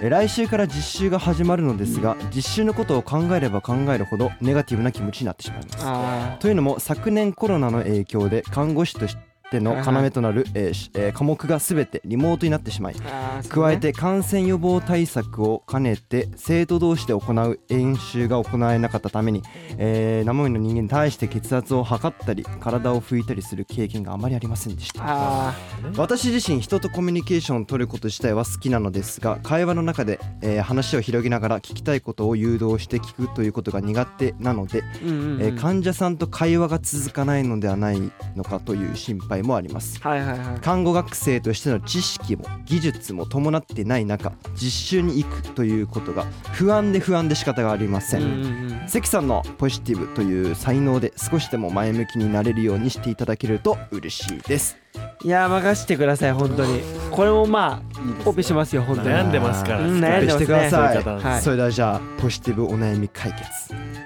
来週から実習が始まるのですが実習のことを考えれば考えるほどネガティブな気持ちになってしまいます
あ
というのも昨年コロナの影響で看護師としての要となる、えーしえー科目が全てリモートになってしまい
ーあー
加えて感染予防対策を兼ねて生徒同士で行う演習が行えなかったために、えー、生身の人間に対して血圧を測ったり体を拭いたりする経験があまりありませんでした
あ
私自身人とコミュニケーションを取ること自体は好きなのですが会話の中で、えー話を広げながら聞きたいことを誘導して聞くということが苦手なので、
ーうんうんうん
えー患者さんと会話が続かないのではないのかという心配もあります
はいはいはい
看護学生としての知識も技術も伴ってない中実習に行くということが不安で不安で仕方がありません、
うんうん
関さんのポジティブという才能で少しでも前向きになれるようにしていただけると嬉しいです
いや任してください本当にこれもまあオペしますよ本当に
悩んでますから
うん悩んでますね
してくださ
そうい
い
う方なん
ですはい
それではじゃあポジティブお悩み解決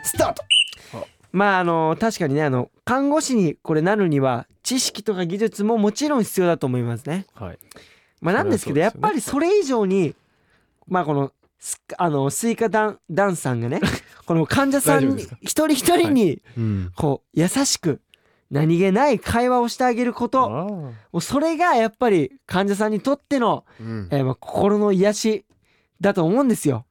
スタート
まああの確かにねあの看護師にこれなるには知識とか技術ももちろん必要だと思いますね。
はい
まあ、なんですけど
そり
や
ゃ
っ
そうですよね
ぱりそれ以上にまあこのすあのスイカダンダンさんが ねこの患者さ
大丈
ん
夫
に
ですか
一人一人に
うん
こう優しく何気ない会話をしてあげることも
あ
うそれがやっぱり患者さんにとっての、えーまあ心の癒しだと思うんですよ。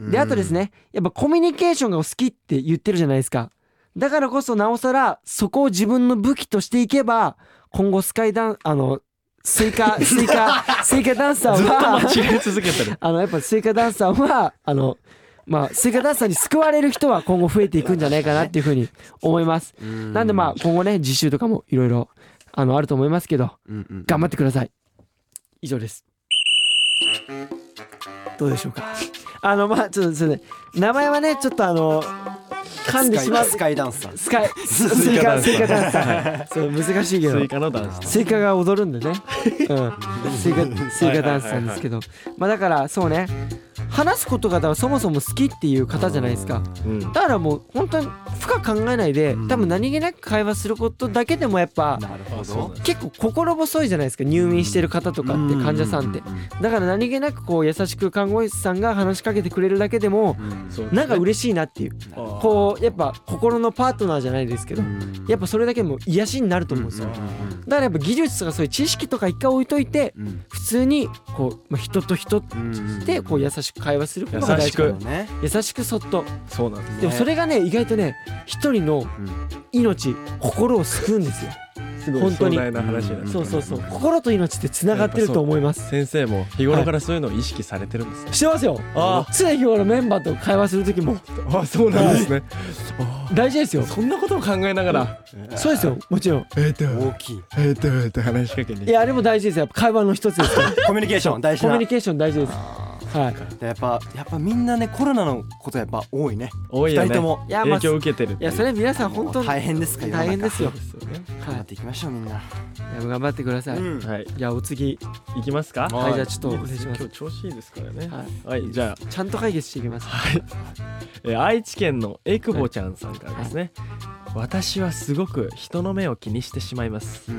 であとですねやっぱコミュニケーションがお好きって言ってるじゃないですかだからこそなおさらそこを自分の武器としていけば今後スカイダンあのスイカスイカスイカダンサーは
あ間違え続けて る
あのやっぱスイカダンサーは あのまあスイカダンサーに救われる人は今後増えていくんじゃないかなっていうふうに思いますなんでまあ今後ね実習とかもいろいろあのあると思いますけど頑張ってください以上ですどうでしょうかあのまあちょっとすいません名前はねちょっとあの噛んでしまう
スカイダンサー
スカイススイカスイカダンサーそう難しいけど
スイカのダンス
スイカが踊るんでね、うん、スイカスイカダンスなんですけどまあだからそうね話すことがだからそもそも好きっていう方じゃないですか
うん
だからもう本当に深く考えないで多分何気なく会話することだけでもやっぱ
なる
あそうなんだ
結構心細いじゃないですか入院してる方とかって患者さんってだから何気なくこう優しく看護師さんが話しかけてくれるだけでも
そうですね
なんか嬉しいなっていう
あー
こうやっぱ心のパートナーじゃないですけどやっぱそれだけでも癒しになると思うんですよだからやっぱ技術とかそういう知識とか一回置いといて普通にこう、まあ、人と人でこう優しく会話することが大事かな
優し
ね
優しくそっと
そうなんです
でもそれがね意外とね一人の命心を救うんですよ
すごい
本当に
壮大な話だ
そうそうそう心と命ってつながってると思います
先生も日頃からそういうのを意識されてるんですね
してますよ
あ
常日頃メンバーと会話する時も
あそうなんですね
大事ですよ
そんなことを考えながら
そうですよもちろん
えっと
大きい
えっとえっと話しかけに
いやあれも大事ですよやっぱ会話の一つですから
コミュニケーション大
コミュニケーション大事ですはい
やっぱやっぱみんなねコロナのことやっぱ多いね
多いよ
二人
ね
とも
いやまあ
影響を受けてるって
いうやそれ皆さん本当に
大変ですから
大変ですよ
そうですよね
は
頑張
い
っていきましょうみんな、
いや頑張ってください
ん
はい
じゃあお次
行きますか
はいじゃあちょっとお願いし
今
ます
日調子いいですからね
は
はいじゃあ
いちゃんと解決していきます
えー愛知県のえくぼちゃんさんからですね、私はすごく人の目を気にしてしまいます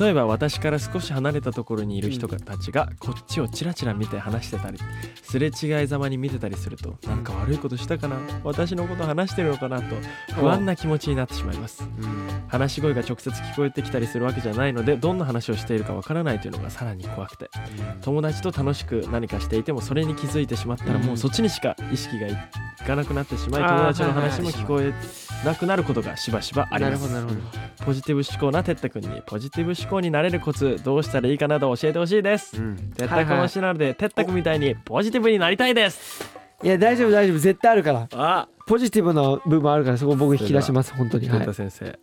例えば私から少し離れたところにいる人がたちがこっちをチラチラ見て話してたりすれ違いざまに見てたりするとなんか悪いことしたかな私のこと話してるのかなと不安な気持ちになってしまいます話し声が直接聞こえてきたりするわけじゃないのでどんな話をしているかわからないというのがさらに怖くて友達と楽しく何かしていてもそれに気づいてしまったらもうそっちにしか意識がいかなくなってしまい
あー
友達の話も聞こえなくなることがしばしばあり
な
ま
るほどな
す
るほど
ポジティブ思考なてったくんにポジティブ思考になれるコツどうしたらいいかなど教えてほしいですてったくもしなのでてったくみたいにポジティブになりたいです
いや大丈夫大丈夫絶対あるから
あ
ポジティブな部分あるからそこ僕引き出します本当に
て
は
っ
い
た先生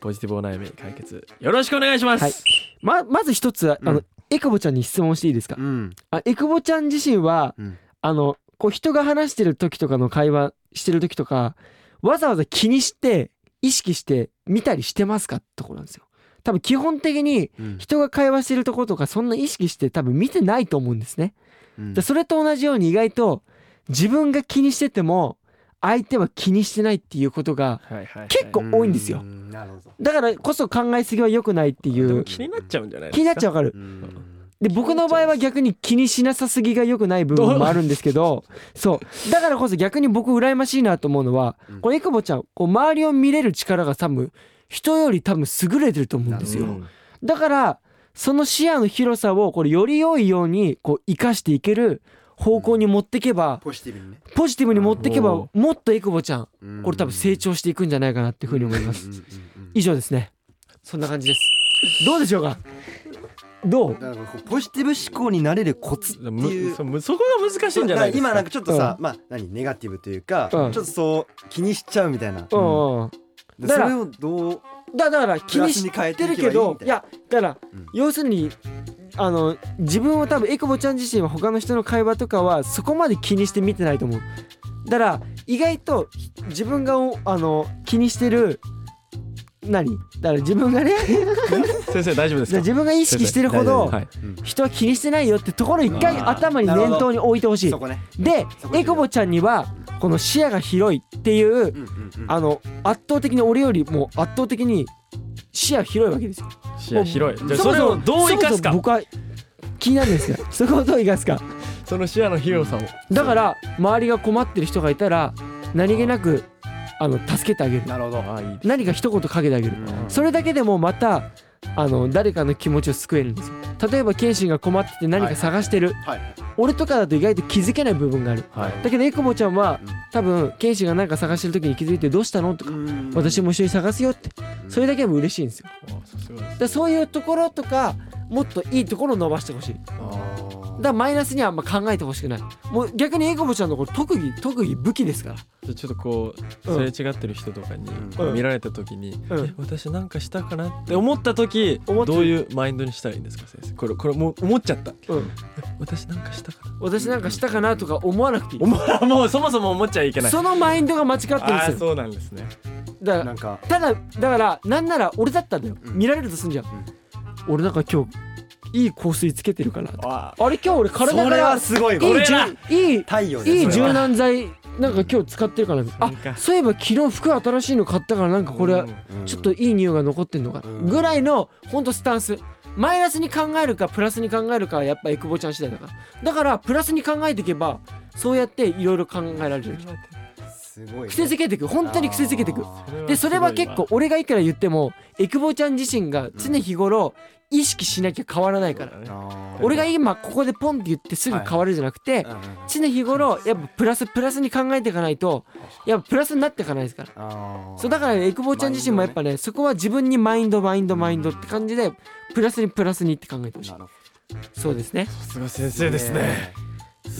ポジティブお悩み解決よろしくお願いしま
はい
す
ままず一つあの、
う
エクボちゃんに質問していいですか
うん
あエクボちゃん自身は、
うん
あのこう人が話してる時とかの会話してる時とかわざわざ気にして意識して見たりしてますかってところなんですよ多分基本的に
うん
人が会話してるところとかそんな意識して多分見てないと思うんですね
うん
でそれと同じように意外と自分が気にしてても相手は気にしてないっていうことが
はいはい
結構多いんですよ
なるほど
だからこそ考えすぎは良くないってい
でも
う
気になっちゃうんじゃないですか
気になっちゃうわかるで僕の場合は逆に気にしなさすぎが良くない部分もあるんですけどそうだからこそ逆に僕羨ましいなと思うのは
うん
これエクボちゃんこう周りを見れる力が多分人より多分優れてると思うんですよだからその視野の広さをこれより良いようにこう生かしていける方向に持ってけば
ポジティブにね
ポジティブに持ってけ
お
ばもっとエクボちゃんこれ多分成
長
長していくんじゃないかなっていうふうに思います以上ですねそんな感じですどうでしょうかどう
だからこうポジティブ思考になれるコツっていう
むそむそこが難しいんじゃないですか
今なんかちょっとさ、まあ何ネガティブというか、
うん
ちょっとそう気にしちゃうみたいな、
うんうん
で
だ
そ
から
れをどう
だだから気にし
プラスに変えて
て
い
る
けばいい
けど
みたい
い
な
やだから
うん
要するにあの自分は多分エクボちゃん自身は他の人の会話とかはそこまで気にして見てないと思うだから意外と自分がおあの気にしてる何だから自分が ね
先生大丈夫ですか
自分が意識してるほど
はい
人は気にしてないよってところを一回
あー
頭に念頭に置いてほしい
そこね
で
そこ
エクボちゃんにはこの視野が広いっていう
うんうんうん
あの圧倒的に俺よりも圧倒的に視野広いわけですよ
視野広いじゃあ
そも
それ
そも
をどう生かすか
そもそも僕は気になるんですよ そこをどう生かすか
その視野の広さを
だから周りが困ってる人がいたら何気なくあの助けてあげる
なるほどあーいい
何か一言かけてあげる
うん
それだけでもまたあの誰かの気持ちを救えるんですよ例えば謙信が困ってて何か探してる、
はいは
俺とかだと意外と気づけない部分がある
はい
だけどエクボちゃんは
うん
多分謙信が何か探してる時に気づいて「どうしたの?」とか
うん
「私も一緒に探すよ」ってそれだけでも嬉しいんですよ
あーさすがです
だからそういうところとかもっといいところを伸ばしてほしいだか
あー
らマイナスにはあんま考えてほしくないもう逆にエコボちゃんのこれ特技特技武器ですから
じゃあちょっとこう
う
すれ
ん
違ってる人とかに
うん
見られた時に、
うん
え私なんかしたかなって思った時
思
ど
って
ういうマインドにしたらいいんですか先生これこれもう思っちゃった
うん
私なんかしたかな
私なんかしたかなとか思わなくていい
思 わもうそもそも思っちゃいけない
そのマインドが間違ってるん
あ
で
ー
すよ
そうなんですね
だか
な
ら
んか
ただだからなんなら俺だったんだよ、
うん
見られるとすんじゃん、俺なんか今日いい香水つけてるから
あ
あれ今日俺体
そ
か
れは
ら
すごいわ
い
これ
いじ
だ
ゅいい
太陽
いい
それは
柔軟剤なんか今日使ってるから
な
あ
んか
そういえば昨日服新しいの買ったからなんかこれ、
うん
うん
ちょっといい匂いが残ってんのかな、
うん
ぐらいのほんとスタンスマイナスに考えるかプラスに考えるかはやっぱエクボちゃん次第だからだからプラスに考えていけばそうやっていろいろ考えられる
すごいね
癖づけていく本当に癖づけていく
あ
でそれは結構俺がいくら言ってもエクボちゃん自身が常日頃意識しなきゃ変わらないから、
ら
ーあー
俺が今ここでポンって言ってすぐ変わるじゃなくて、
うんうん
常日頃やっぱプラスプラスに考えていかないとやっぱプラスになっていかないですから
あー
そうだからエクボちゃん自身もやっぱねそこは自分にマインドマインドマインドって感じでプラスにプラスにって考えてほしい
なるほ
そうですね
さすが先生
ど
ですね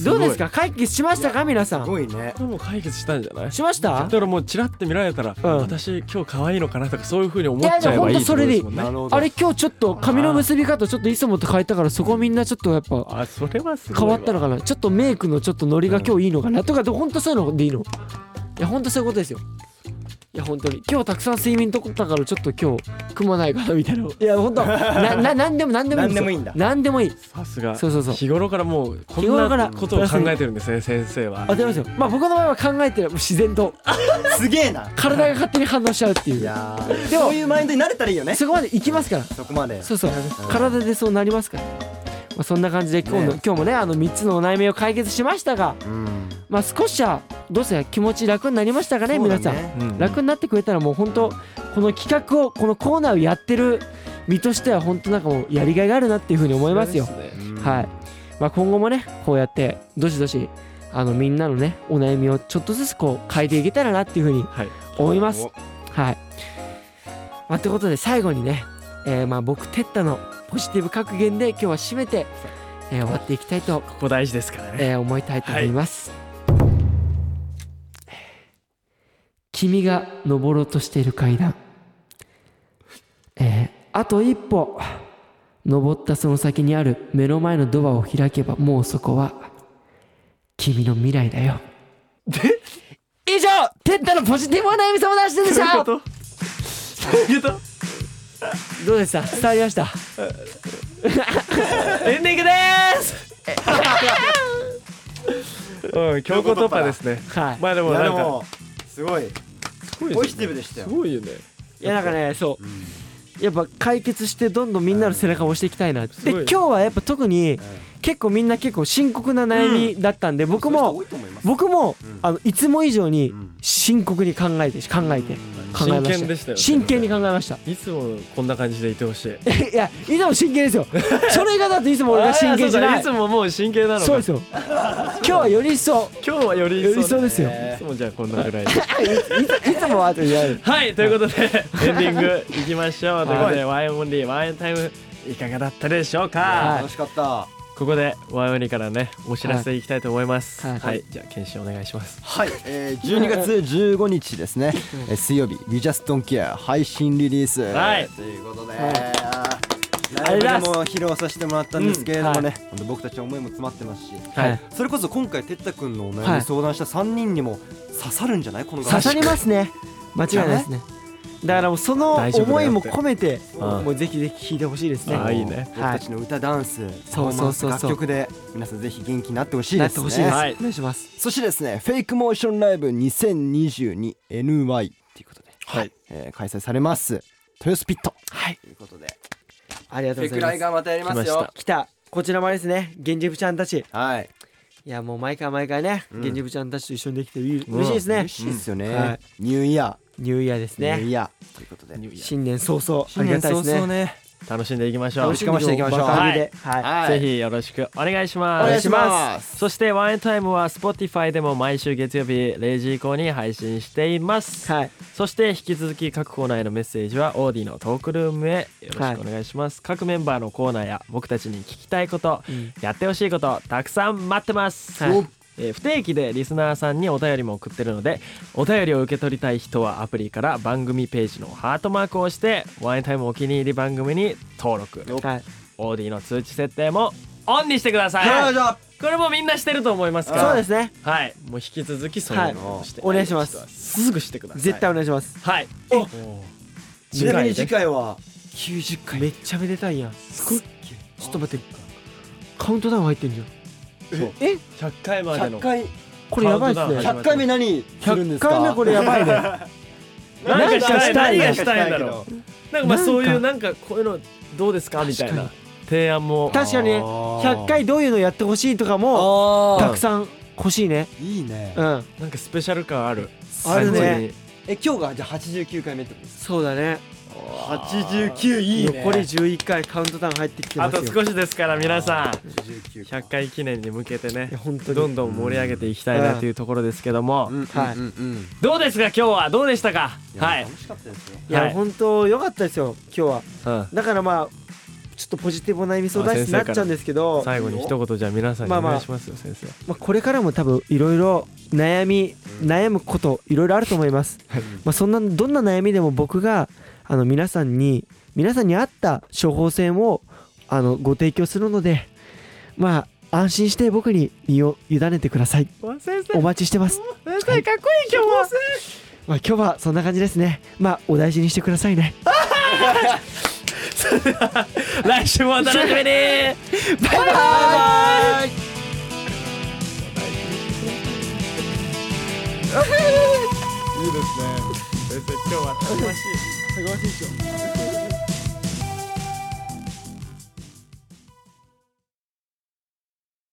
どうですか解決しましたか皆さ
す
ん
ごいね
これもう解決したんじゃない
しました
だからもうチラッて見られたら、
うん
私今日可愛いのかなとかそういうふうに思っちゃえばい
いやでもほん
い
とそれでいい
ってことすもんね
なるほど
あれ今日ちょっと髪の結び方ちょっといつもと変えたからそこみんなちょっとやっぱ
あそれはすごい
変わった
ら
のかなちょっとメイクのちょっとノリが今日いいのかなとかほんとそういうのでいいのいやほんとそういうことですよいや本当に今日たくさん睡眠とったからちょっと今日組まないかなみたいないや本当なな何でも何でもいいんです
何で
よ
もいいんだ
何でもいい
さすが
そうそうそう
日頃からもうこん
日頃から
なことを考えてるんですね先生は
当てますよまあ僕の場合は考えてる自然 と
すげえな
体が勝手に反応しちゃうっていう
いやー
でも
そういうマインドになれたらいいよね
そこまで行きますから
そこまで
そうそう体でそうなりますから、まあ、そんな感じで今日の、
ね
今日もねあの3つのお悩みを解決しましたが
うん
まあ少しはどうせ気持ち楽になりましたかね
そうだ
皆さん
うん
楽になってくれたらもう本当この企画をこのコーナーをやってる身としては本当なんかもうやりがいがあるなっていうふうに思いますよ
そうですね
はいまあ、今後もねこうやってどしどしあのみんなのねお悩みをちょっとずつこう変えていけたらなっていうふうに
はい
思います。はいまあ、ということで最後にね、えーまあ僕テッタのポジティブ格言で今日は締めて、えー終わっていきたいと、
ここ大事ですからね
えー思いたいと思います。君が登ろうとしている階段、えーあと一歩登ったその先にある目の前のドアを開けばもうそこは君の未来だよで以上テッタのポジティブお悩み相談室でした
どういうこと
どうでした伝わりま した
エンディングでーすうん強行突破ですね
はい
まあで
い
も
や
な
で
んか
もすごい
すごい
ポ
で
ジ
す
ティ
ね
ブでしたよ
すごいよね
いやなんかねそう、やっぱ解決してどんどんみんなの背中を押していきたいなって、
すごい
で今日はやっぱ特に結構みんな結構深刻な悩みだったんで、僕
そう
も
いう人多いと思います
僕も、
ん
あのいつも以上に
ん
深刻に考えて考えて考えました
真剣でしたよ
真剣に考えました
いつもこんな感じでいてほしい
いやいつも真剣です よそれがだっていつも俺が真剣じゃな
あー
い
そうだいつももう真剣なのか
そうですよ今日はより一 層
今日はより一層ね
より一層ですよ
いつもじゃあこんなぐらいで
いつもはと言われる
はいということでエンディングいきましょうということでワインオンリーワインタイムいかがだったでしょうか、
はい
楽しかった
こここでワイオニからねお知らせいきたいと思いますは、
はいい
じゃあ検診お願いします
はい、えー、12月15日で すね、えー水曜日「We Just Don't Care」配信リリース、
はい
ということで、
い
ライブでも披露させてもらったんですけれどもね、
うんは
本当僕たちの思いも詰まってますし
はい
それこそ今回哲太君のお悩
は
み
い
相談した3人にも刺さるんじゃないこの
刺
楽曲
さりますね間違いないですねだからもうその
大丈夫
思
だよ
い
って
も込めて
うん
もうぜひぜひ聴いてほしいですね
あーいいね
僕たちの歌、ダンス、パフ
そ
ォ
う
ーマ
そう
ンス、
そうそう
楽曲で皆さんぜひ元気になってほしい
な
で
って
す
ほ
ね。
しいです、
はい
お願いします
そしてですね、フェイクモーションライブ 2022NY ということで、
はい
えー開催されます。豊洲ピット。はい。ということで、
ありがとう
フェ
ご
イク
ざ
ラ
い
イ
ま
がまたやります
来ま
よ
し。
す来たこちらもあれですね源氏部ちゃんたち
はい。
いやもう毎回毎回ね
うん
源氏部ちゃんたちと一緒にできてうれ
うん
嬉しいですね
嬉しいですよ
うんは
ね
い。
ニューイヤ
ニューイヤーです
ー。ニュー
ね
イヤー。ということで、
新年早々あ
新
りが
年
たいで
早
すね
々ね。
楽しんでいきましょう
楽しみにしていきましょう
楽し
み
爆上げ
にしていきましょう
ではい
はい
ぜひよろしくお願いします
お願いします
そしてワインタイムは Spotify でも毎週月曜日0時以降に配信しています、
はい
そして引き続き各コーナーへのメッセージはオーディのトークルームへよろしくお願いします、各メンバーのコーナーや僕たちに聞きたいこと、
うん
やってほしいことたくさん待ってます、
はい
えー不定期でリスナーさんにお便りも送ってるのでお便りを受け取りたい人はアプリから番組ページのハートマークを押してワインタイムお気に入り番組に登録
はい
オーディの通知設定もオンにしてください、
よいしょ
これもみんなしてると思いますから
そうですね
はいもう引き続きそういうのをして、
はいお願いします
すぐしてください
絶対お願いします
はい
お
ちなみに
次
次
回
回は、
90回めっちゃめでたいやんすごいちょっと待ってカウントダウン入ってんじゃん
100回までの
100回、
これやばいっす
カウントダウン始ま
ね
る
100回目何するんで
100
すか
回目これやばいね
何かした
何
い何が
か
し
した
いんだろうな
な
んかまあ
んか
そういうなんかこういうのどうですかみたいな
確
提案も
確かにね100回どういうのやってほしいとかも
あ
たく
ん
さん欲しいね
いいね
うん
なんかスペシャル感ある
あるね
え今日がじゃあ89回目ってことです
そうだね
89い
残り11回カウントダウン入ってきて
あ
ますよ
と少しですから皆さん
89
100回記念に向けてね
いや本当に
どんどん盛り上げていきたいなというところですけども、
うんうん
はい
うんうん
どうですか今日はどうでしたか
や
はい、
楽しかったですよ
いや、
はい
本当良かったですよ今日は
うん、
だからまあちょっとポジティブな意味相談室になっちゃうんですけど、
最後に一言じゃあ皆さんに
ま
お
あまあ
願いしますよ先生
まあ、これからも多分いろいろ悩み悩むこといろいろあると思います、まあ、そんなどんな悩みでも僕があの皆さんに皆さんに合った処方箋をあのご提供するのでまあ安心して僕に身を委ねてください
先
お待ちしてます
先生かっこいい今日は
まあ今日はそんな感じですねまあお大事にしてくださいね
来週もお楽し みにバイバイいいですね先生今日は楽しい